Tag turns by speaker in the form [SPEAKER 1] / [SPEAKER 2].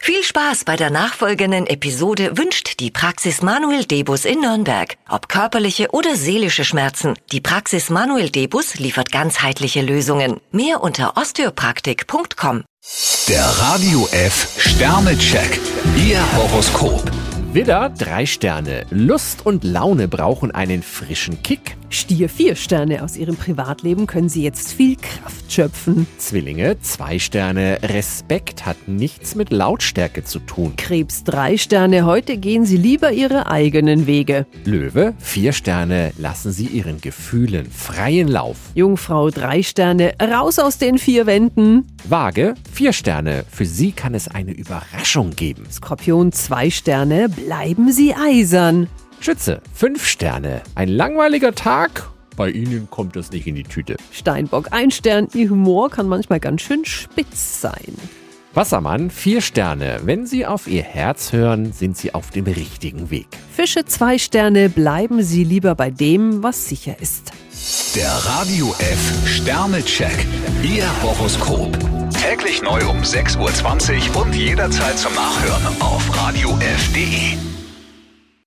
[SPEAKER 1] Viel Spaß bei der nachfolgenden Episode wünscht die Praxis Manuel Debus in Nürnberg. Ob körperliche oder seelische Schmerzen, die Praxis Manuel Debus liefert ganzheitliche Lösungen. Mehr unter osteopraktik.com.
[SPEAKER 2] Der Radio F Sternecheck. Ihr Horoskop.
[SPEAKER 3] Widder, drei Sterne. Lust und Laune brauchen einen frischen Kick.
[SPEAKER 4] Stier vier Sterne aus Ihrem Privatleben können Sie jetzt viel Kraft schöpfen.
[SPEAKER 3] Zwillinge, zwei Sterne. Respekt hat nichts mit Lautstärke zu tun.
[SPEAKER 4] Krebs drei Sterne, heute gehen Sie lieber Ihre eigenen Wege.
[SPEAKER 3] Löwe, vier Sterne. Lassen Sie Ihren Gefühlen freien Lauf.
[SPEAKER 4] Jungfrau drei Sterne, raus aus den vier Wänden.
[SPEAKER 3] Waage, vier Sterne. Für Sie kann es eine Überraschung geben.
[SPEAKER 4] Skorpion zwei Sterne, bleiben Sie eisern.
[SPEAKER 3] Schütze, fünf Sterne. Ein langweiliger Tag? Bei Ihnen kommt es nicht in die Tüte.
[SPEAKER 4] Steinbock ein Stern, Ihr Humor kann manchmal ganz schön spitz sein.
[SPEAKER 3] Wassermann, vier Sterne. Wenn Sie auf Ihr Herz hören, sind Sie auf dem richtigen Weg.
[SPEAKER 4] Fische zwei Sterne, bleiben Sie lieber bei dem, was sicher ist.
[SPEAKER 2] Der Radio F Sternecheck. Ihr Horoskop. Täglich neu um 6.20 Uhr und jederzeit zum Nachhören auf Radio radiof.de.